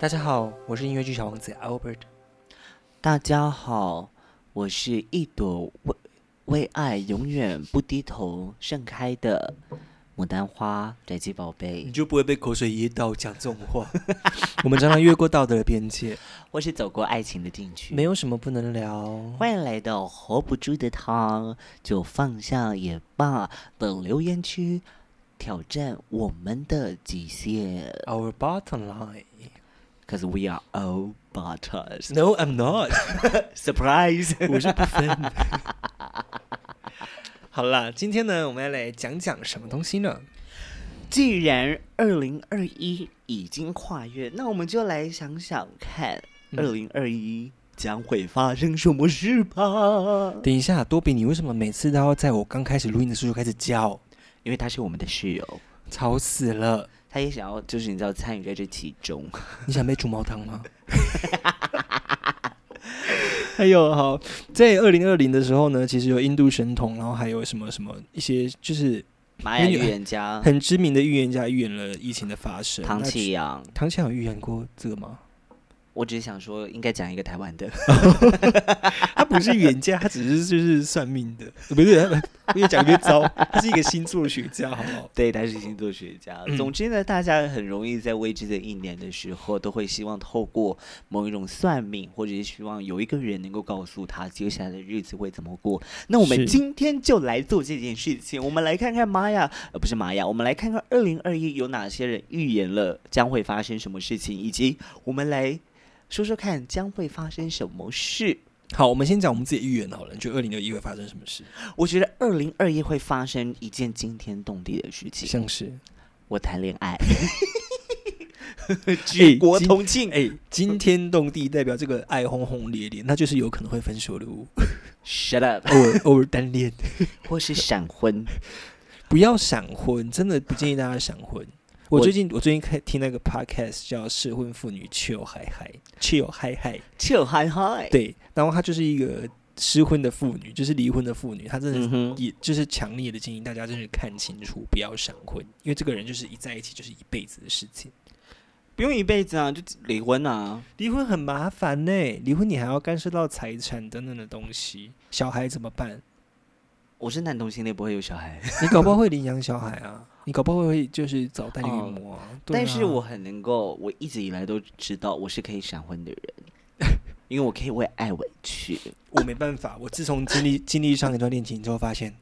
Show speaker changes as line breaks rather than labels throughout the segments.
大家好，我是音乐剧小王子 Albert。
大家好，我是一朵为为爱永远不低头盛开的牡丹花宅基宝贝
你。就不会被口水噎到讲这种 话？我们常常越过道德的边界，
我是走过爱情的禁区，
没有什么不能聊。
欢迎来到 hold 不住的他，就放下也罢的留言区，挑战我们的极限。
Our bottom line.
Cause we are all butters.
No, I'm not.
Surprise！
我是不分。 好啦，今天呢，我们要来讲讲什么东西呢？
既然二零二一已经跨越，那我们就来想想看，
嗯
二零二一将会发生什么事吧。
等一下，多比，你为什么每次都要在我刚开始录音的时候就开始叫？
因为他是我们的室友，
吵死了！
他也想要，就是你知道参与在这其中。
你想被煮毛汤 吗？还有哎好，在二零二零的时候呢，其实有印度神童，然后还有什么什么一些，就是
玛雅
美
预
女
言家
很知名的预言家预言了疫情的发生。
嗯唐
那
启阳，
唐启阳有预言过这个吗？
我只是想说，应该讲一个台湾的。
他不是预言家，他只是就是算命的，呃 不是？越讲越糟，他是一个星座学家，好不好？
对，他是星座学家。总之呢，大家很容易在未知的一年的时候，都会希望透过某一种算命，或者是希望有一个人能够告诉他接下来的日子会怎么过。那我
是
们今天就来做这件事情。我们来看看玛雅，呃，不是玛雅，我们来看看二零二一有哪些人预言了将会发生什么事情，以及我们来说说看将会发生什么事。
好，我们先讲我们自己预言好了，你觉得二零二一会发生什么事？
我觉得二零二一会发生一件惊天动地的事情。
像是
我谈恋 爱，哎
举
举
国
国
同
同庆。
哎，惊天动地，代表这个爱轰轰烈烈，那就是有可能会分手的哦，
Shut up，
偶尔偶尔单恋，
或是闪婚。
不要闪婚，真的不建议大家闪婚。我
我
最近我最近看听那个 podcast 叫《适婚妇女 chill 嗨嗨 chill 嗨嗨》，
就嗨嗨，
对，然后她就是一个失婚的妇女，就是离婚的妇女，她真的
嗯
是
哼，
也就是强烈的建议大家真的看清楚，不要闪婚，因为这个人就是一在一起就是一辈子的事情。
不用一辈子啊，就离婚啊。
离婚很麻烦呢、离婚你还要干涉到财产等等的东西，小孩怎么办？
我是男同性恋，不会有小孩，
你搞不好会领养小孩啊， 你搞不好会就是找代理孕母啊。 对啊
但是我很能够，我一直以来都知道我是可以闪婚的人， 因为我可以为爱委屈。
我没办法，我自从经历经历上一段恋情之后，发 现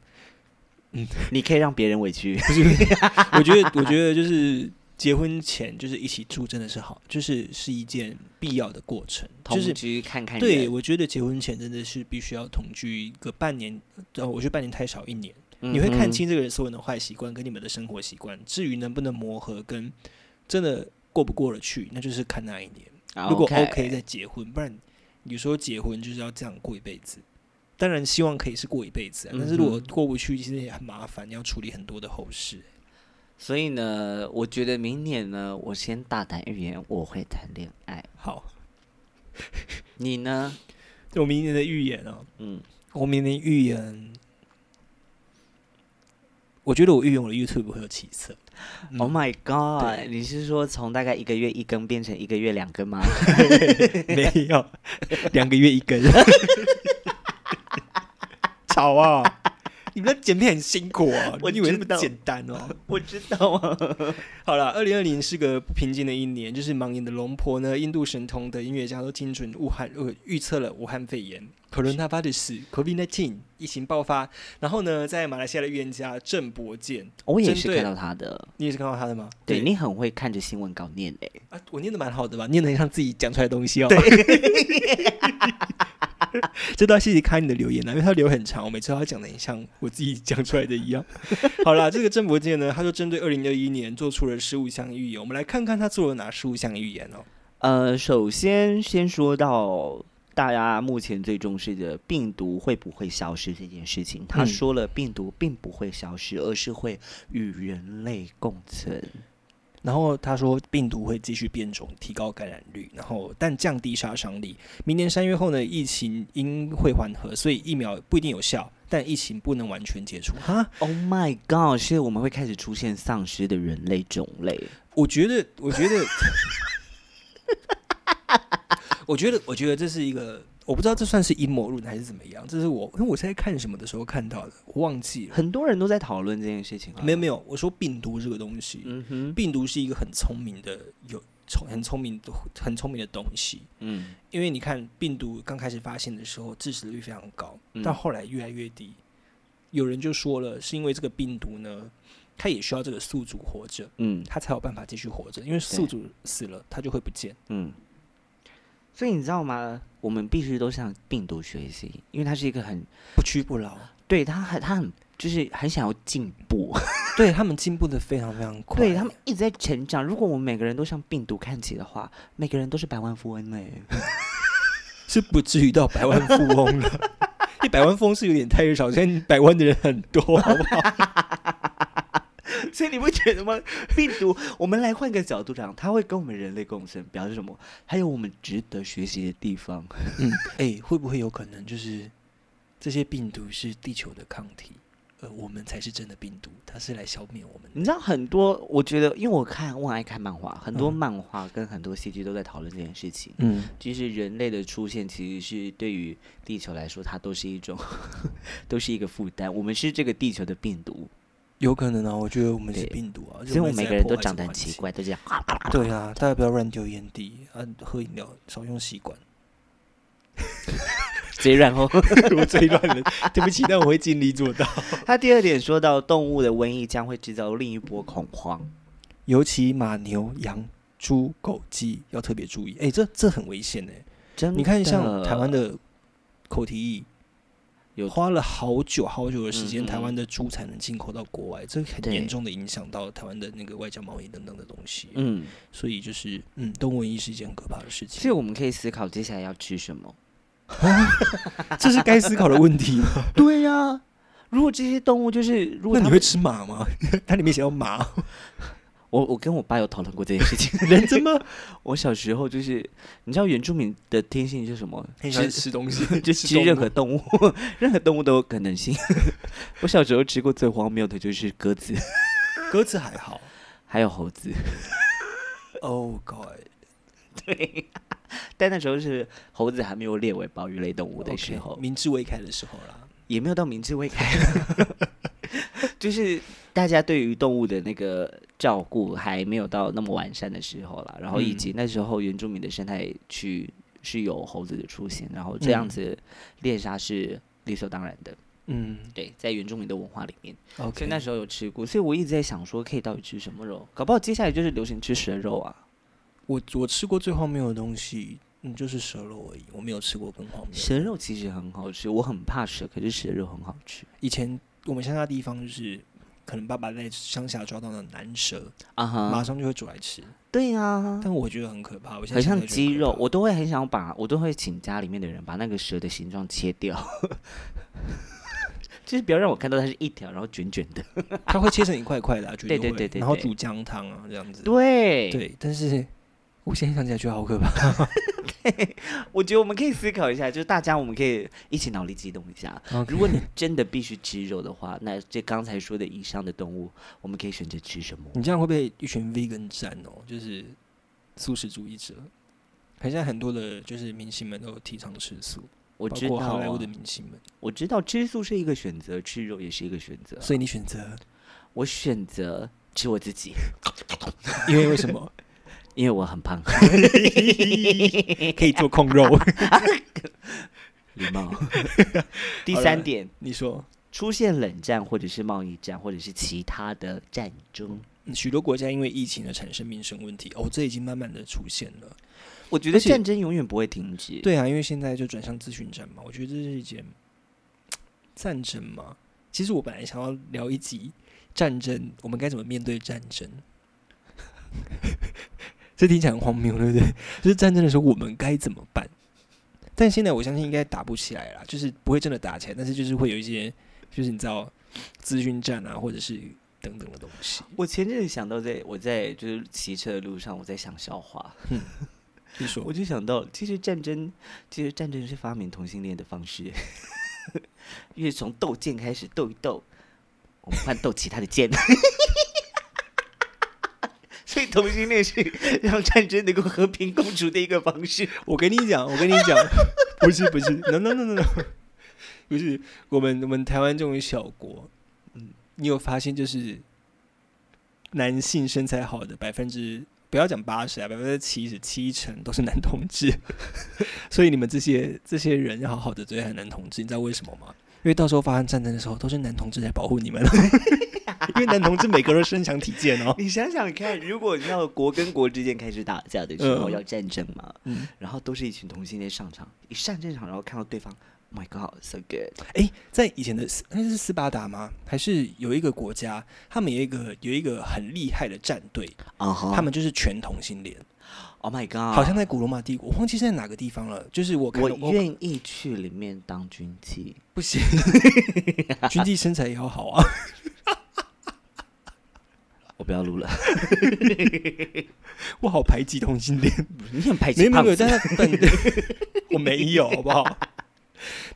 你可以让别人委屈，
不是，我觉得我觉得就是结婚前就是一起住真的是好，就是是一件必要的过程， 就
同
是。
居看看人。
对，我觉得结婚前真的是必须要同居个半年，呃，我觉得半年太少，一年。
嗯
你会看
嗯
清这个人所有的坏习惯跟你们的生活习惯，至于能不能磨合跟真的过不过得去，那就是看那一年。
啊
如果
OK
OK 再结婚，不然有时候结婚就是要这样过一辈子。当然希望可以是过一辈子、啊，但是如果
嗯哼
过不去，其实也很麻烦，要处理很多的后事。
所以呢，我觉得明年呢，我先大胆预言我会谈恋爱。
好，
你呢？
我明年的预言啊，
嗯，
我明年预言，我觉得我预言我的 YouTube 会有起色。
Oh
嗯
my god！
对
你是说从大概一个月一根变成一个月两根吗？
没有，两个月一 根，吵啊！你们的剪片很辛苦啊，
我
你以为那
知
么
道
简单哦？
我知道啊。
好了，二零二零是个不平静的一年，就是盲眼的龙婆呢，印度神童的音乐家都精准武汉呃预测了武汉肺炎 （coronavirus COVID-19） 疫情爆发。然后呢，在马来西亚的预言家郑伯健，
我也
针
是
对
看到他的。
你也是看到他的吗？哎
对你很会看着新闻稿念诶、
啊，我念的蛮好的吧？念的像自己讲出来的东西哦。 这都要谢谢看你的留言啊，因为他留很长，我每次都要讲的很像我自己讲出来的一样。 好啦，这个郑伯健呢，他就针对二零二一年做出了十五项预言，我们来看看他做了哪十五项预言哦。
呃，首先先说到大家目前最重视的病毒会不会消失这件事情。他
嗯
说了，病毒并不会消失，而是会与人类共存。
然后他说，病毒会继续变种，提高感染率，然后但降低杀伤力。明年三月后呢，疫情应会缓和，所以疫苗不一定有效，但疫情不能完全解除。哈，
Oh my god！所以我们会开始出现丧失的人类种类。
我觉得，我觉得，我觉得，我觉得这是一个，我不知道这算是阴谋论还是怎么样。这是我，因为我是在看什么的时候看到的，我忘记了。
很多人都在讨论这件事情啊。
没有没有，我说病毒这个东西，
嗯哼，
病毒是一个很聪明的，有聪很聪明的很聪明的东西。
嗯，
因为你看病毒刚开始发现的时候，致死率非常高
嗯，
但后来越来越低。有人就说了，是因为这个病毒呢，它也需要这个宿主活着，
嗯
它才有办法继续活着。因为宿主死了，它就会不见。
嗯。所以你知道吗？我们必须都向病毒学习，因为它是一个很
不屈不挠，
对它很它很就是很想要进步，
对他们进步的非常非常快。
对他们一直在成长。如果我们每个人都向病毒看齐的话，每个人都是百万富翁嘞、
是不至于到百万富翁了， 一百万富翁是有点太少，现在百万的人很多，好不好？
所以你不觉得吗？病毒，我们来换个角度讲，它会跟我们人类共生，表示什么？还有我们值得学习的地方。
嗯，哎、会不会有可能就是这些病毒是地球的抗体，而我们才是真的病毒，它是来消灭我们的
你知道很多，我觉得，因为我看我很爱看漫画，很多
嗯
漫画跟很多戏剧都在讨论这件事情。
嗯，
其实人类的出现，其实是对于地球来说，它都是一种， 都是一个负担。我们是这个地球的病毒，
有可能啊，我觉得我们是
对
病毒啊，就
所以我
一直
们每
在
个人
破
都
坏
长
这
得
个
很
环
奇
境。
怪，都这样。
对啊，大家不要乱丢烟蒂啊，喝饮料少用吸 管。
所以 然后，
我最乱 了，对不起，但我会尽力做到。
他第二点说到，动物的瘟疫将会制造另一波恐慌。
尤其马、牛、羊、猪、狗、鸡要特别注意，哎、这这很危险哎、
真的，
你看，像台湾的口蹄疫，
有
花了好久好久的时间，
嗯嗯
台湾的猪才能进口到国外，这很
对
严重的影响到台湾的那个外交贸易等等的东西。
嗯，
所以就是，嗯，动物瘟疫是一件很可怕的事
所以
情，
我们可以思考接下来要吃 什么。啊
这是该思考的问题吗？
对呀、如果这些动物就是， 如果
那
它
你
们
会吃马吗？ 它里面写到 马，。
我我跟我爸有讨论过这件事情
人怎么
我小时候就是，你知道原住民的天性是什么？吃
吃东 西
就
吃
吃
动
任
物
何动物， 任何动物都有可能性。 我小时候吃过最荒谬的就是鸽子，
鸽子还好
还有猴子。
，Oh God，
但那时候是猴子还没有列为保育类动物的
OK，
时候
明智未开的时候啦。
也没有到明智未开， 就是大家对于动物的那个照顾还没有到那么完善的时候啦。然后以
嗯
及那时候原住民的生态区是有猴子的出现，然后这样
嗯
子猎杀是理所当然的。
嗯
对，在原住民的文化里面，所
，OK，
以那时候有吃过，所以我一直在想说，可以到底吃什么肉？搞不好接下来就是流行吃蛇肉啊，
我我吃过最荒谬的东西，嗯，就是蛇肉而已，我没有吃过更荒谬的。
蛇肉其实很好吃，我很怕蛇，可是蛇肉很好吃
以前我们乡下地方就是，可能爸爸在乡下抓到的南蛇，
啊哈
马，上就会煮来吃，
对啊，
但我觉得很可怕。我现在
很像
想起来
鸡
就
肉
很，可怕
我都会很想把，我都会请家里面的人把那个蛇的形状切掉， 就是不要让我看到它是一条，然后卷卷的。
它会切成一块块的啊、绝
对
会
对对对
然后
对
煮姜汤啊这样子。
对，
对，但是我现在想起来觉得好可怕。
我觉得我们可以思考一下，就是大家我们可以一起脑力激动一下。如果你真的必须吃肉的话，那这刚才说的以上的动物，我们可以选择吃什么？
你这样会被一群 vegan 占哦，就是素食主义者。很像很多的，就是明星们都提倡吃素，
我
包
知道、
括好莱坞
啊
的，明星们。
我知道吃素是一个选择，吃肉也是一个选择。
所以你选择，
我选择吃我自己，
因为为什么
因为我很胖，
可以做控肉？
礼貌。 第
好
三
了
点，
你说，
出现冷战或者是贸易战或者是其他的战争，
嗯许多国家因为疫情而产生民生问题，哦，这已经慢慢的出现了。
嗯我觉
得
得
是
战争永远不会停止。，
对啊，因为现在就转向咨询战嘛，我觉得这是一件战争嘛。其实我本来想要聊一集战争，我们该怎么面对战争， 这听起来很荒谬，对不对？就是战争的时候我们该怎么办？但现在我相信应该打不起来啦，就是不会真的打起来，但是就是会有一些，就是你知道资讯战啊，或者是等等的东西。
我前阵子想到在，我在就是骑车的路上，我在想笑话，
你说
我就想到，其实战争，其实战争是发明同性恋的方式， 因为从斗剑开始斗一斗，我们换斗其他的剑， 所以同性恋是让战争能够和平共处的一个方式。
我跟你讲，我跟你讲， 不是不是，no no no no no，不是我们我们台湾这种小国，嗯
嗯，
你有发现就是男性身材好的百分之不要讲八十啊，百分之七十七成都是男同志， 所以你们这些这些人要好好的对待男同志，你知道为什么吗？因为到时候发生战争的时候，都是男同志来保护你们， 因为男同志每个人都身强体健哦。
你想想看，如果你要国跟国之间开始打架的时
嗯
候，要战争嘛，
嗯，
然后都是一群同性恋上场，一上战场，然后看到对方，Oh my God，so good，
诶，在以前的斯那是斯巴达吗？还是有一个国家，他们有一个有一个很厉害的战队，
啊哈、
他们就是全同性恋，
，Oh my God，
好像在古罗马帝国，我忘记是在哪个地方了。就是我看
我
到哦
愿意去里面当军妓，
不行， 军纪身材也要好啊。
我不要录了。
我好排挤同性恋，
你很排
没
挤
有没有
胖
没有，
子，
但他本我没有，好不好？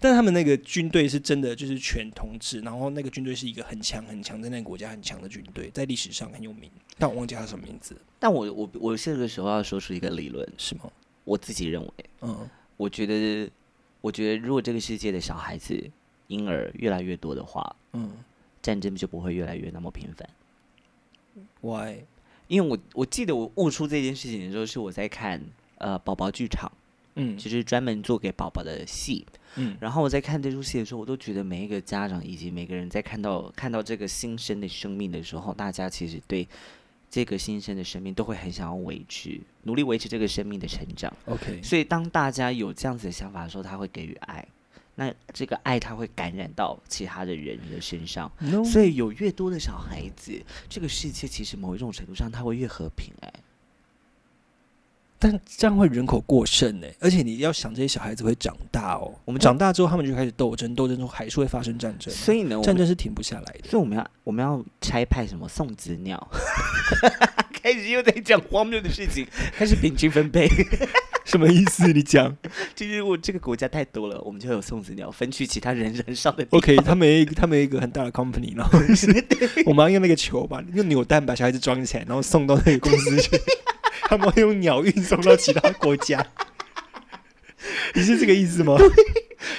但他们那个军队是真的就是全同志，然后那个军队是一个很强很强，在那个国家很强的军队，在历史上很有名，但我忘记他什么名字，
但我我我这个时候要说出一个理论，
是吗？
我自己认为，
嗯，
我觉得，我觉得如果这个世界的小孩子、婴儿越来越多的话，
嗯
战争就不会越来越那么频繁。
，Why？
因为我我记得我悟出这件事情的时候，是我在看呃宝宝剧场，
嗯
就是专门做给宝宝的戏。
嗯
然后我在看这出戏的时候，我都觉得每一个家长以及每个人在看到看到这个新生的生命的时候，大家其实对这个新生的生命都会很想要维持，努力维持这个生命的成长。
，OK，
所以当大家有这样子的想法的时候，他会给予爱，那这个爱他会感染到其他的人的身上。
No
所以有越多的小孩子，这个世界其实某一种程度上，它会越和平、哎，
但这样会人口过剩呢、而且你要想这些小孩子会长大哦，
我们
长大之后他们就开始斗争，斗争中还是会发生战争，
所以呢，我
战
们
争是停不下来的。
所以我们要我们要拆派什么送子鸟， 开始又在讲荒谬的事情， 开始平均分配。
什么意思？你讲
就是我这个国家太多了，我们就有送子鸟分去其他人人少的地 方。
？OK，他们有一个他们有一个很大的 company，然后 是我们要用那个球把用扭蛋把小孩子装起来，然后送到那个公司 去，他们会用鸟运送到其他国家。 你是这个意思吗？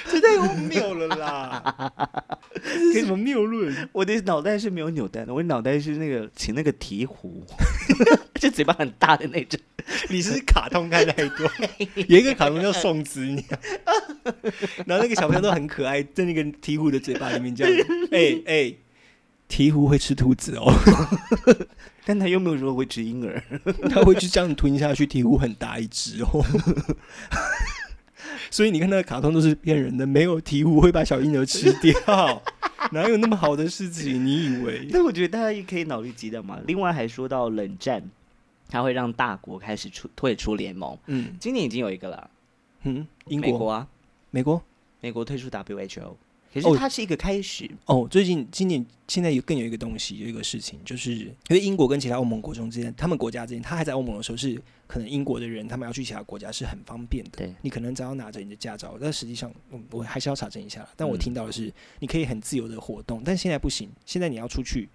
这太荒谬了啦！ 这是什么谬论？
我的脑袋是没有扭蛋的，我的脑袋是那个请那个鹈 鹕，就嘴巴很大的那种。
你是卡通看太多，有一个卡通叫送子鸟，然后那个小朋友都很可爱，在那个鹈鹕的嘴巴里面这样，哎、哎、鹈鹕会吃兔子哦，
但他又没有说会吃婴儿，
它会就这样吞下去，鹈鹕很大一只哦。 所以你看那个卡通都是骗人的，没有鹈鹕会把小婴儿吃掉，哪有那么好的事情？你以为？
但我觉得大家也可以脑力激荡嘛。另外还说到冷战，它会让大国开始出退出联盟。
嗯
今年已经有一个了，
嗯，英
美
国、
国啊，
美国
美国退出 WHO，可
哦
是它是一个开始。
哦，最近今年现在有更有一个东西，有一个事情，就是因为英国跟其他欧盟国中之间，他们国家之间，他还在欧盟的时候是可能英国的人他们要去其他国家是很方便的，
对
你可能只要拿着你的驾照，但实际上嗯我还是要查证一下啦。但我
嗯
听到的是，你可以很自由的活动，但现在不行，现在你要出去，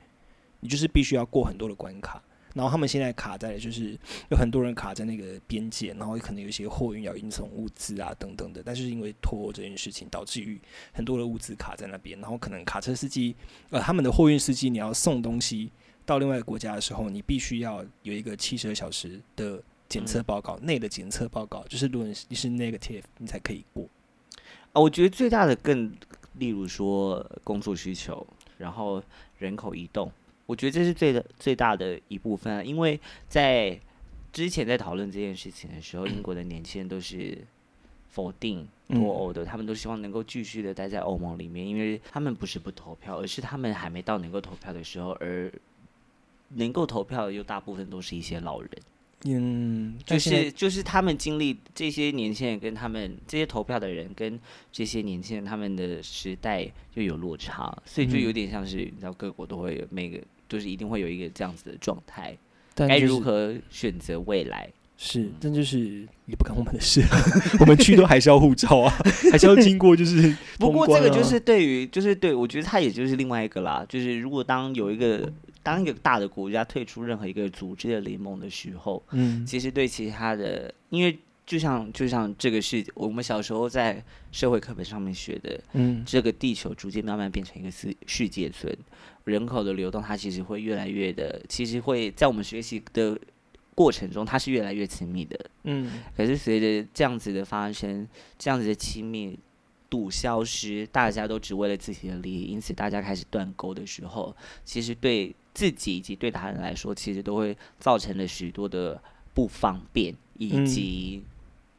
你就是必须要过很多的关卡。然后他们现在卡在就是有很多人卡在那个边界，然后可能有一些货运要运送物资啊等等的，但是因为脱欧这件事情，导致于很多的物资卡在那边，然后可能卡车司机呃他们的货运司机，你要送东西到另外一个国家的时候，你必须要有一个七十二小时的检测报告，内的检测报告，就是如果你是你是 negative，你才可以过。
啊，我觉得最大的更，例如说工作需求，然后人口移动，我觉得这是最的最大的一部分啊。因为在之前在讨论这件事情的时候，英国的年轻人都是否定
嗯
脱欧的，他们都希望能够继续的待在欧盟里面，因为他们不是不投票，而是他们还没到能够投票的时候，而能够投票的又大部分都是一些老人。
嗯，
就
但现在
是就是他们经历这些年轻人跟他们这些投票的人跟这些年轻人他们的时代又有落差，所以就
嗯
有点像是你知道各国都会有每个就是一定会有一个这样子的状态，
但
该
就是
如何选择未来？
是，但就是也不干我们的事，啊 我们去都还是要护照 啊，还是要经过就是、
不
通
过这
关
个就
啊
是对于就是对我觉得它也就是另外一个啦，就是如果当有一
嗯
个当一个大的国家退出任何一个组织的联盟的时候，
嗯
其实对其他的，因为就像就像这个是我们小时候在社会课本上面学的，
嗯
这个地球逐渐慢慢变成一个世世界村，人口的流动它其实会越来越的，其实会在我们学习的过程中，它是越来越亲密的。
嗯，
可是随着这样子的发生，这样子的亲密度消失，大家都只为了自己的利益，因此大家开始断钩的时候，其实对自己以及对他人来说，其实都会造成了许多的不方便，以
嗯
及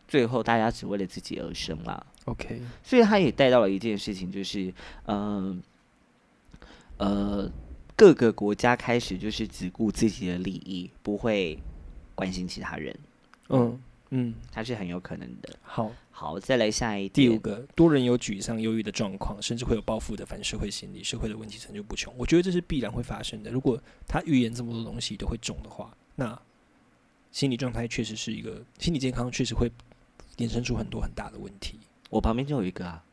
最后大家只为了自己而生啦、
OK，
所以他也带到了一件事情，就是嗯呃各个国家开始就是只顾自己的利益，不会关心其他人，
嗯嗯，
它是很有可能的。
好，
好，再来下一
第五
点
个，多人有沮丧、忧郁的状况，甚至会有报复的反社会心理，社会的问题层出不穷。我觉得这是必然会发生的。如果他预言这么多东西都会中的话，那心理状态确实是一个心理健康，确实会衍生出很多很大的问题。
我旁边就有一个啊，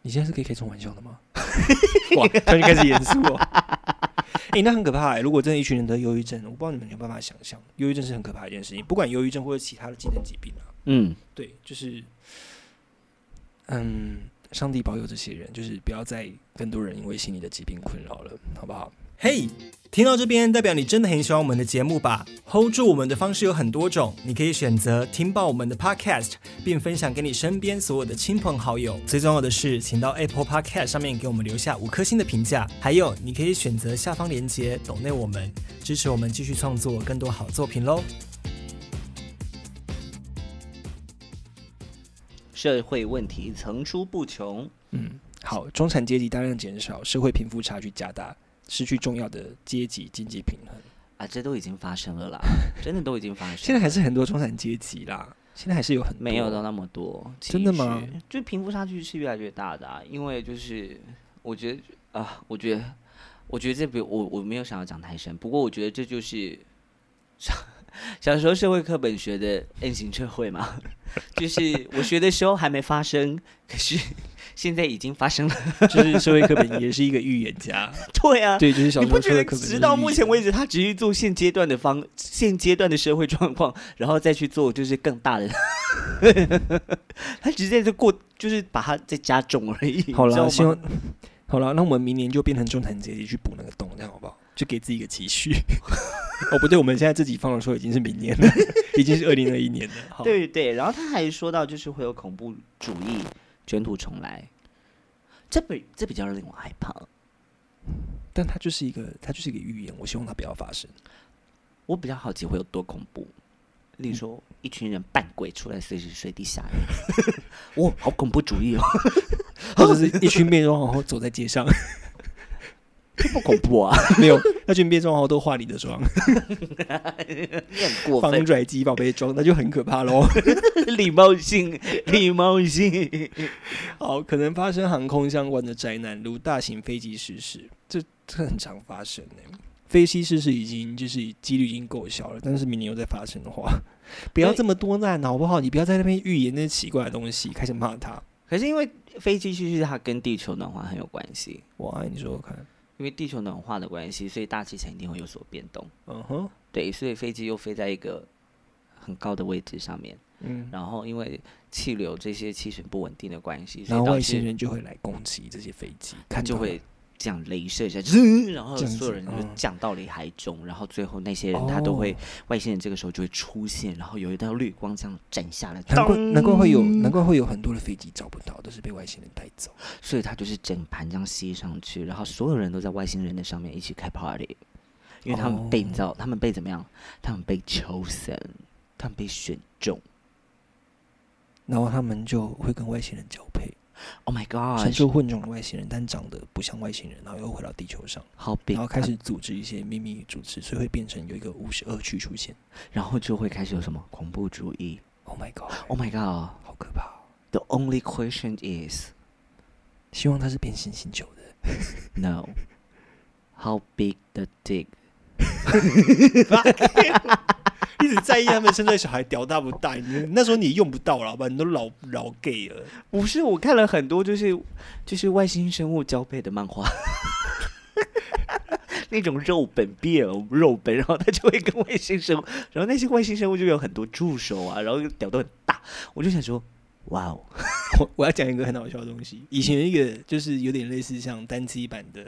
你现在是可以开这种玩笑的吗？哇，突然就开始严肃哦。 哎、那很可怕、欸。如果真的一群人得忧郁症，我不知道你们有没有办法想象，忧郁症是很可怕的一件事情，不管忧郁症或者其他的精神疾病啊。
嗯，
对，就是，嗯，上帝保佑这些人，就是不要再更多人因为心理的疾病困扰了，好不好？嘿、听到这边，代表你真的很喜欢我们的节目吧？Hold 住我们的方式有很多种，你可以选择听爆我们的 Podcast，并分享给你身边所有的亲朋好友。最重要的是，请到 Apple Podcast 上面给我们留下五颗星的评价。还有，你可以选择下方链接抖内我们，支持我们继续创作更多好作品喽。
社会问题层出不穷。
嗯，好，中产阶级大量减少，社会贫富差距加大，失去重要的阶级经济平衡。
啊，这都已经发生了啦，真的都已经发生了。
现在还是很多中产阶级啦，现在还是有很多
没有到那么多，其
真的吗
实？就贫富差距是越来越大的、啊，因为就是我觉得啊，我觉得，我觉得这比我我没有想要讲太深，不过我觉得这就是 小小时候社会课本学的 N 型社会嘛，就是我学的时候还没发生，可是现在已经发生了。
就是社会课本也是一个预言家，
对啊，
对，就是小
你
时候
不觉
社
得
会课本就是
直到目前为
预言
止，他只是做现阶段的方现阶段的社会状况，然后再去做就是更大的， 他直接就过就是把它再加重而已。
好
你知
了，
道吗
希望好了，那我们明年就变成中产阶级去补那个洞，这样好不好？就给自己一个期 许。哦，不对，我们现在自己放的时候已经是明年了，已经是二零二一年了。好，
对对，然后他还说到就是会有恐怖主义卷土重来，这比这比较令我害怕。
但它就是一个，它就是一个预言，我希望它不要发生。
我比较好奇会有多恐怖，例
嗯
如说一群人扮鬼出来，随时随地吓人， 哇，好恐怖主义哦，
或者是一群变装皇后走在街上，
这不恐怖啊，
没有，那群变装皇后都化你的妆，
你很过分
防。拽鸡宝贝妆，那就很可怕喽。
礼貌性，礼貌性。
好，可能发生航空相关的灾难，如大型飞机失事，这这很常发生呢、飞机失事已经就是几率已经够小了，但是明年又再发生的话， 不要这么多难好不好？你不要在那边预言那些奇怪的东西，开始骂他。
可是因为飞机失事，它跟地球暖化很有关系，
我爱你说说看，
因为地球暖化的关系，所以大气层一定会有所变动。
嗯哼，
对，所以飞机又飞在一个很高的位置上面，
嗯，
然后因为气流这些气旋不稳定的关系，所
然
以
后
导
外星
致
人就会来攻击这些飞机，
它
看
就
到
会这样镭射一下，滋然后
这样
所有
子
人就
嗯
降到了海中，然后最后那些人他都会
哦，
外星人这个时候就会出现，然后有一道绿光这样斩下来，
难怪难怪会有
当
难怪会有很多的飞机找不到，都是被外星人带走。
所以他就是整盘这样吸上去，然后所有人都在外星人的上面一起开 party，因为他们被、
哦
你知道，他们被怎么样？他们被 chosen，他们被选中，
然后他们就会跟外星人交配。
Oh my
传
God，
说混种的外星人，但长得不像外星人，然后又回到地球上，
好
然
big，
后开始组织一些秘密组织，所以会变成有一个五十二区出现。
然后就会开始有什么恐怖主义。
Oh my god！
Oh my God，the
好可怕哦、
only question is
希望它是变形星球的。
no。How big the dick？
一直在意他们生出来小孩屌大不大，你那时候你用不到了，好吧？你都老老 gay 了。
不是，我看了很多就是就是外星生物交配的漫画， 那种肉本 BL 肉本，然后他就会跟外星生物，然后那些外星生物就有很多助手啊，然后屌都很大，我就想说，哇哦，
我我要讲一个很好笑的东西，以前有一个就是有点类似像单机版的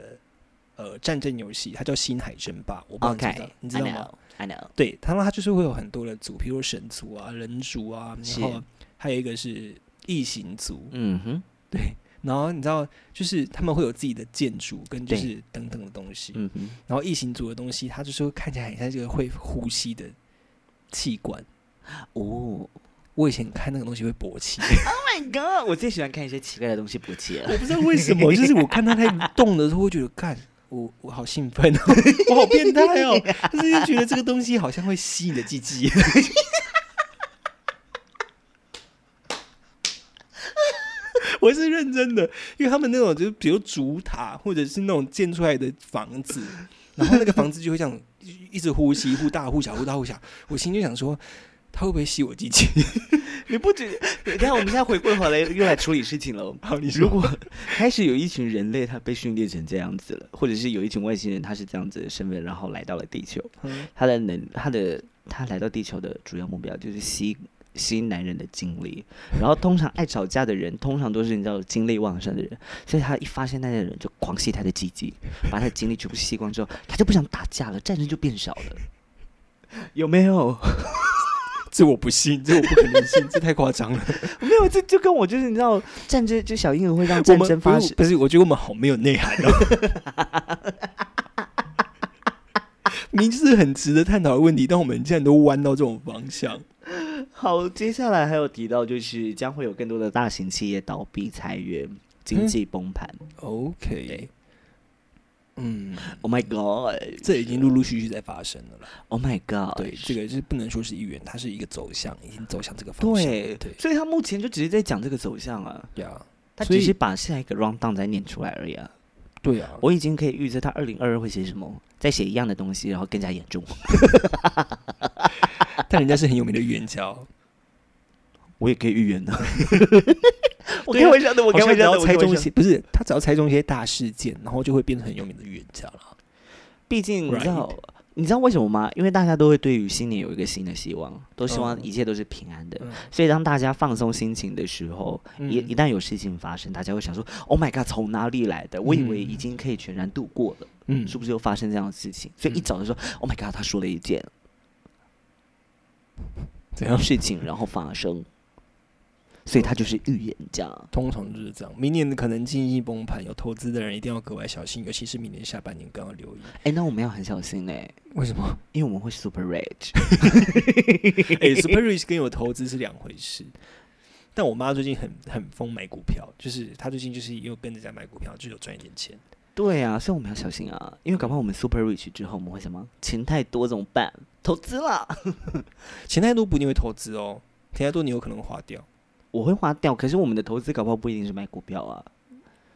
呃战争游戏，它叫《星海争霸》，我不知道
OK，
你知道哦你知道吗？
？I know，I know，
对，他们它就是会有很多的族，比如说神族啊、人族啊，
是
然后还有一个是异形族，
嗯哼，
对。然后你知道，就是他们会有自己的建筑跟就
对
是等等的东西。
嗯哼，
然后异形族的东西，它就是会看起来很像这个会呼吸的器官。
哦
我以前看那个东西会勃起，
，Oh my God，我最喜欢看一些奇怪的东西勃起了，
我不知道为什么，就是我看它在动的时候，会觉得干。我我好兴奋哦， 我好变态哦，就是又觉得这个东西好像会吸你的鸡鸡。 我是认真的，因为他们那种就是比如竹塔或者是那种建出来的房子，然后那个房子就会这样一一直呼吸，忽大忽小，忽大忽小。我心里就想说，它会不会吸我鸡鸡？
你不觉得？等一下我们现在回过头来又来处理事情了。
好，你
如果开始有一群人类他被训练成这样子了，或者是有一群外星人他是这样子的身份，然后来到了地球，
嗯
他的能他的他来到地球的主要目标就是吸引吸引男人的精力，然后通常爱吵架的人，通常都是你知道精力旺盛的人，所以他一发现那些人就狂吸他的鸡鸡，把他的精力全部吸光之后，他就不想打架了，战争就变少了， 有没有？
这我不信，这我不可能信，这太夸张了。
没有，这就跟我就是你知道 战争就小婴儿会 让
我
战
们
争
不
发
是
生，
不是，我觉得我们好没有内涵哦。 明明就是很值得探讨的问题，但我们竟然都弯到这种方向。
好，接下来还有提到，就是将会有更多的大型企业倒闭、裁员、
嗯
经济崩盘。
OK，
对
嗯，
Oh my god!
这已经陆陆续续在发生了啦。
Oh my god!
对，这个是不能说是预言，它是一个走向，已经走向这个方向。
对
对
所以他目前就只是在讲这个走向啊，
呀，
他
所以
只是把下一个 round down 再念出来而已啊。
对啊，
我已经可以预测他二零二二会写什么，再写一样的东西，然后更加严重。
但人家是很有名的预言家哦，
我也可以预言的。 我
对
开
啊
玩笑的，我
好
开
像
玩
只
笑
要
的，我
猜
开玩
中一
笑的。
些，不是他只要猜中一些大事件，然后就会变成很有名的预言家了。
毕竟你知
Right
道。你知道为什么吗？因为大家都会对于新年有一个新的希望，都希望
嗯
一切都是平安的。
嗯
所以当大家放松心情的时候，一
嗯
一旦有事情发生，大家会想说：“Oh my god，从哪里来的？我以为
嗯
已经可以全然度过了，
嗯
是不是又发生这样的事情？”所以一
嗯
早就说：“Oh my god，他说了一件
怎样？
事情，然后发生。”所以他就是预言家。
通常就是这样。明年可能经济崩盘，有投资的人一定要格外小心，尤其是明年下半年更要留意。
哎，那我们要很小心哎、
为什么？
因为我们会 super rich。
哎、s u p e r rich 跟有投资是两回事。但我妈最近很很疯买股票，就是她最近就是又跟着在买股票，就有赚一点钱。
对啊，所以我们要小心啊，因为搞不好我们 super rich 之后，我们会什么？钱太多怎么办？投资 了，
钱太多不一定会投资哦，钱太多你有可能花掉。
我会花掉。可是我们的投资搞不好不一定是买股票啊。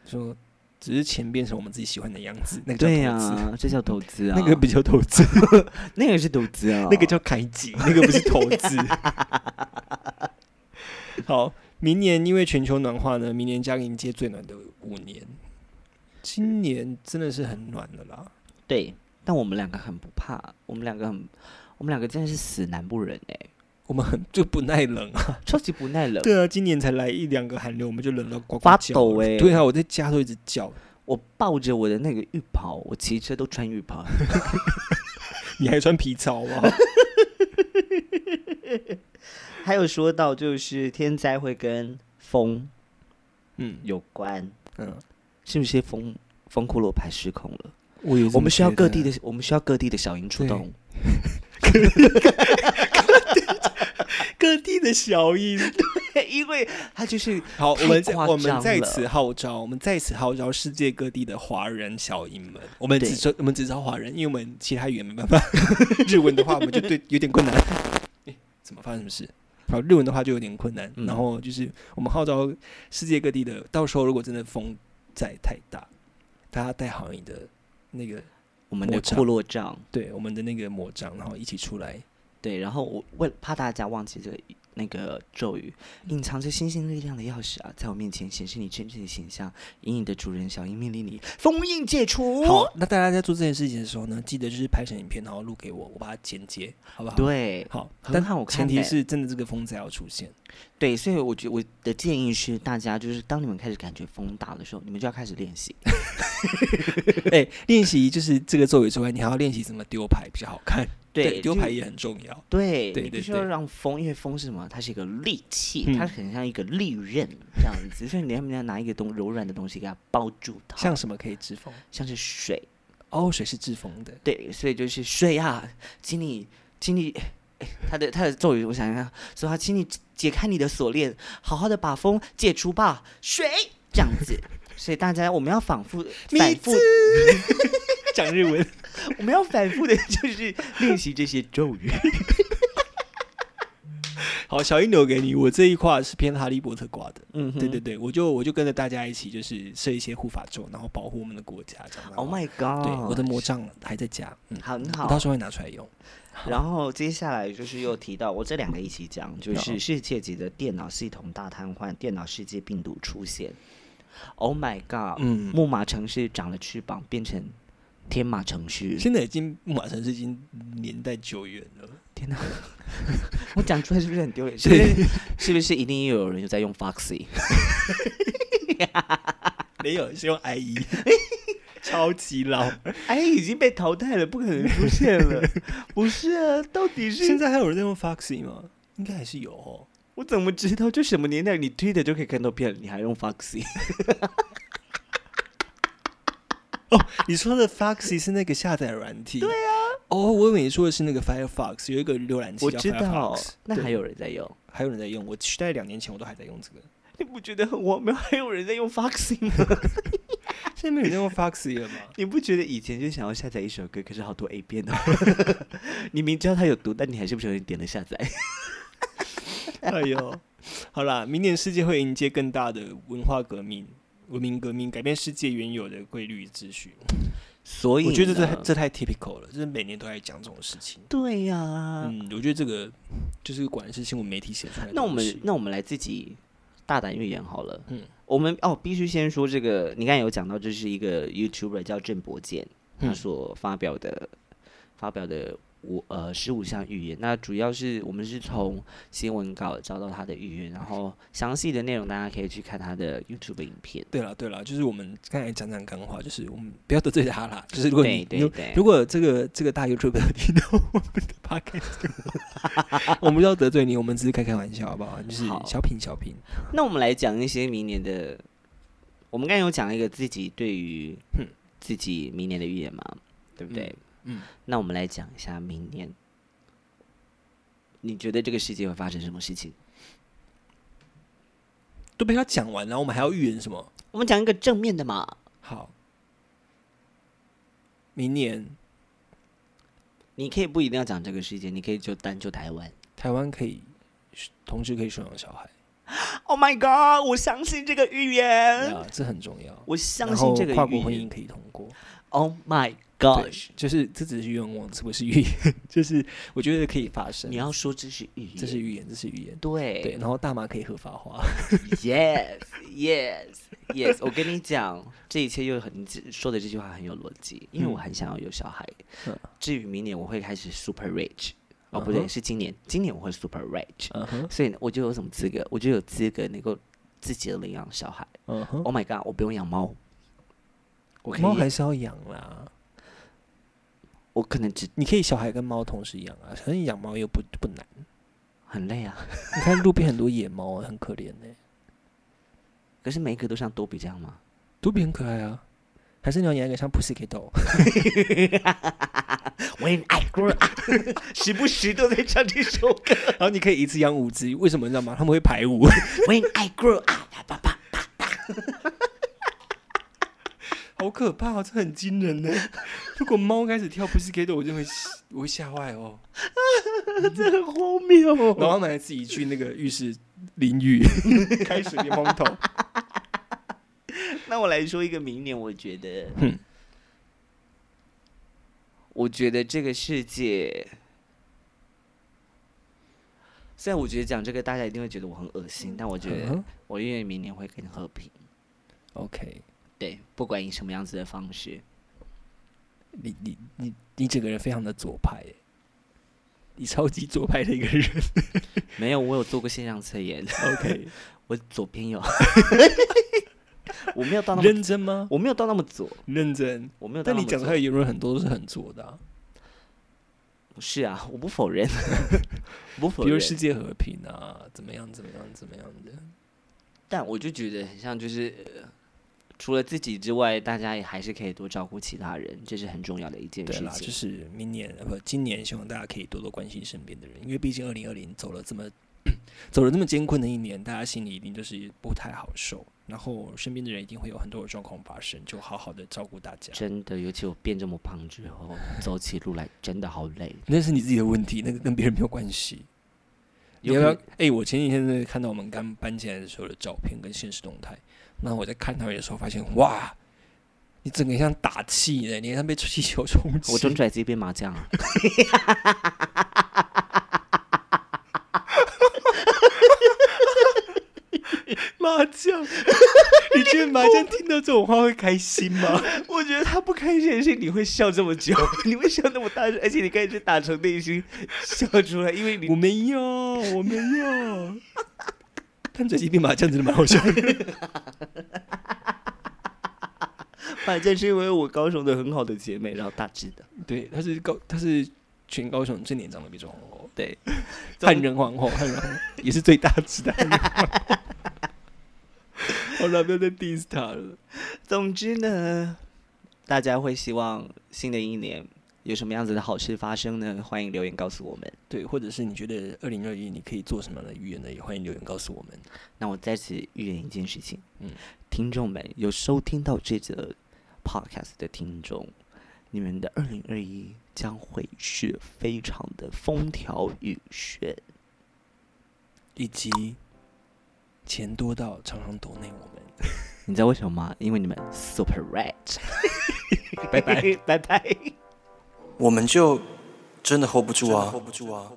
说只是钱变成我们自己喜欢的样子，那个叫
对呀、
投资。
这叫投资啊。
那个不叫投资，
那个是投资啊，
那个叫开机，那个不是投 资。好，明年因为全球暖化呢，明年将迎接最暖的五年。今年真的是很暖的啦，
对，但我们两个很不怕，我们两个很，我们两个真的是死南部人哎、
我们很就不耐冷啊。
超级不耐冷。
对啊，今年才来一两个寒流，我们就冷到呱呱
发
叫
抖
了
欸
对啊，我在家都一直叫，
我抱着我的那个浴袍，我骑车都穿浴 袍。
你还穿皮草 啊？
还有说到就是天灾会跟风
嗯
有关，
嗯，
是不是风风骷髅牌失控了？
我也
我们需要各地
的，
的，我 们需要各地的小鹰出
对
动。
各各地的小音。
因为他就是
好，我们
太
再
夸
我们
张
在
了
此号召，我们在此号召世界各地的华人小英们，我们
对
只招我们只招华人，因为我们其他语言没办法， 日文的话我们就对有点困难。诶怎么发生什么事？好，日文的话就有点困难。
嗯
然后就是我们号召世界各地的，到时候如果真的风再太大，大家带好你的那个，
我们的
魔杖
库洛杖，
对我们的那个魔杖，然后一起出来。
对，然后我为了怕大家忘记这个那个咒语，隐藏着星星力量的钥匙啊，在我面前显示你真正的形象，以你的主人小樱命令你封印解除。
好，那大家在做这件事情的时候呢，记得就是拍成影片，然后录给我，我把它剪接，好不好？
对
好，
很
但
好
前
看
提
的
是真的这个风灾要出现。
对，所以我觉我的建议是，大家就是当你们开始感觉风大的时候，你们就要开始练习。
哎、练习就是这个咒语之外，你还要练习怎么丢牌比较好看。丢
就
牌也很重要。
对，
对
你
对
必须要
对
让风，因为风是什么？它是一个利器，
嗯
它很像一个利刃这样子，所以你要不要拿一个东柔软的东西给它包住它，
像什么可以制风？
像是水。
哦，水是制风的。
对，所以就是水啊，请你，请你，哎他的他的咒语我想一下，说他请你解开你的锁链，好好的把风解除吧，水这样子。所以大家我们要 反复反复，
讲日 文，
我们要反复的 就是练习这些咒语。
好，小英留给你。我这一挂是偏哈利波特挂的。
嗯哼
对对对，我就我就跟着大家一起，就是设一些护法咒，然后保护我们的国家，这样。
，Oh my god！
对，我的魔杖还在家，嗯，
很
我
好
到。时候会拿出来用。
然后接下来就是又提到，我这两个一起讲，就是世界级的电脑系统大瘫痪，电脑世界病毒出现。Oh my god！、
嗯，
木马城市长了翅膀，变成天马城市。
现在已经木马城市已经年代久远了。
天哪！ 我讲出来是不是很丢 脸？是不是？是不是一定又有人又在用 Foxy？
没有，是用 IE，超级老。
哎，已经被淘汰了，不可能出现 了。不是啊，到底
现在还有人在用 Foxy 吗？应该还是有哦。
我怎么知道？就什么年代你推的就可以看到片，你还用 Foxy？
你说的 Foxy 是那个下载软体？ 对啊。哦，我以为你说的是那个 Firefox，有一个浏览器
我
叫
知道
Firefox，，
那
对
还有人在用。
还有人在用。我大概两年前我都还在用这个，
你不觉得很荒谬？还有人在用 Foxy 吗？
现在没有人在用 Foxy 了吗？
你不觉得以前就想要下载一首歌，可是好多 A 片哦？ 你明知道它有毒，但你还是不小心点了下载。
哎呦，好啦，明年世界会迎接更大的文化革命。文明革命改变世界原有的规律与秩序，
所以
我觉得这太
呢
这太 typical 了，就是每年都在讲这种事情。
对呀、
嗯，我觉得这个就是果然是新闻媒体写出来的
那我
东
们
西。
那我们来自己大胆预言好了。
嗯
我们哦，必须先说这个，你刚才有讲到，这是一个 YouTuber 叫郑伯健，他
嗯
所发表的、发表的五呃十五项预言。那主要是我们是从新闻稿找到他的预言，然后详细的内容大家可以去看他的 YouTube 影片。
对了对了，就是我们刚才讲讲干话，就是我们不要得罪他啦。就是如果你
对对
你
对
如果这个这个大 YouTube 听到我们的 Podcast，的话我们不要得罪你，我们只是开开玩笑，好不好？就是
好
小品小品。
那我们来讲一些明年的，我们刚才有讲一个自己对于
嗯
自己明年的预言嘛，对不对？
嗯，
那我们来讲一下明年，你觉得这个世界会发生什么事情？
都被他讲完，然后我们还要预言什么？
我们讲一个正面的嘛，
好，明年
你可以不一定要讲这个世界，你可以就单就台湾。
台湾可以同时可以收养小孩，
Oh my god！我相信这个预言，
啊，这很重要。
我相
然
信
后
这个
跨国
预
婚
言
姻。可以通过。
Oh my
对
gosh！，
就是这只是愿望，这不是预言， 就是我觉得可以发生。
你要说这是预言，
这是预言，这是预言。
对
对，然后大麻可以合法化，
yes yes yes，我跟你讲，这一切又很你这说的这句话很有逻辑，因为我
嗯
很想要有小孩。
嗯
至于明年我会开始 super rich，哦不对，
嗯哼
是今年，今年我会 super rich，、
嗯哼，
所以我就有什么资格？我就有资格能够自己领养小孩。
嗯哼，
Oh my god，我不用养猫，我可
猫
以，
还是要养啦。
我可能只
你可以小孩跟猫同时养啊，反正养猫又不不难。
很累啊，
你看路边很多野猫，啊很可怜呢、
可是每一个都像多比这样吗？
多比很可爱啊，还是你要养一个像 Pussycat dog？
When I Grow Up，时 不时都在唱这首歌。
然后你可以一次养五只，为什么你知道吗？他们会排舞。
When I Grow Up，啪啪 啪啪。
好可怕、哦，这很惊人呢。如果猫开始跳 p u s s y c a t 我就会我会吓坏哦。
这很荒谬、
然后他们还自己去那个浴室淋 浴，开水淋风头。
那我来说一个明年，我觉得，
嗯
我觉得这个世界，虽然我觉得讲这个大家一定会觉得我很恶心，但我觉得
嗯
我愿意明年会更和平。
OK，
对，不管以什么样子的方式，
你你你你整个人非常的左派耶，你超级左派的一个人。
没有，我有做过线上测验，
OK，
我左边有， 我没有 到那么，
认真吗？
我没有到那么左，
认真。
我没有到
但
那
你
么
讲
左
出来。的言论很多都是很左的、啊，
是啊，我不 否认，我不否
比如
认。
世界和平啊，怎么样怎么样怎么样的。
但我就觉得很像，就是、呃除了自己之外，大家也还是可以多照顾其他人，这是很重要的一件
对啊
事
啦，就
情。
是明年呃不，今年希望大家可以多多关心身边的人，因为毕竟二零二零走了这么 走了这么艰困的一年，大家心里一定就是不太好受，然后身边的人一定会有很多的状况发生，就好好的照顾大家。
真的，尤其我变这么胖之后，走起路来真的好累。
那是你自己的问题，那个跟别人没有关系。你
有
要
可
不要
能？
哎、我前几天真的看到我们刚搬进来的时候的照片跟现实动态，那我在看到的时候发现，哇，你整个像打气呢，你像被气球 冲击。
我中出来直接变麻将啊，
麻 将，你觉得麻将听到这种话会开心吗？
我觉得他不开心的是你会笑这么 久，你会笑那么大声，而且你开始打从内心笑出来，因为你
我没有，我没有。 但最近变麻将真的蛮好笑的。
反正是因为我高雄的很好的姐妹，然后大致的
对，她是高，她是全高雄最年长的比中皇后，
对
汉人皇后，汉人皇后 也是最大只的汉人皇 后。好了，不要再 diss 她了。
总之呢，大家会希望新的一年有什么样子的好事发生呢？欢迎留言告诉我们。
对，或者是你觉得二零二一你可以做什么样的预言呢？也欢迎留言告诉我们。
那我再次预言一件事情，
嗯
听众们有收听到这则 podcast 的听众，你们的二零二一将会是非常的风调雨顺。
以及钱多到常常躲内我们。
你知道为什么吗？因为你们 super rich。
拜拜，
拜拜。
我们就真的 hold 不住啊，hold 不住啊。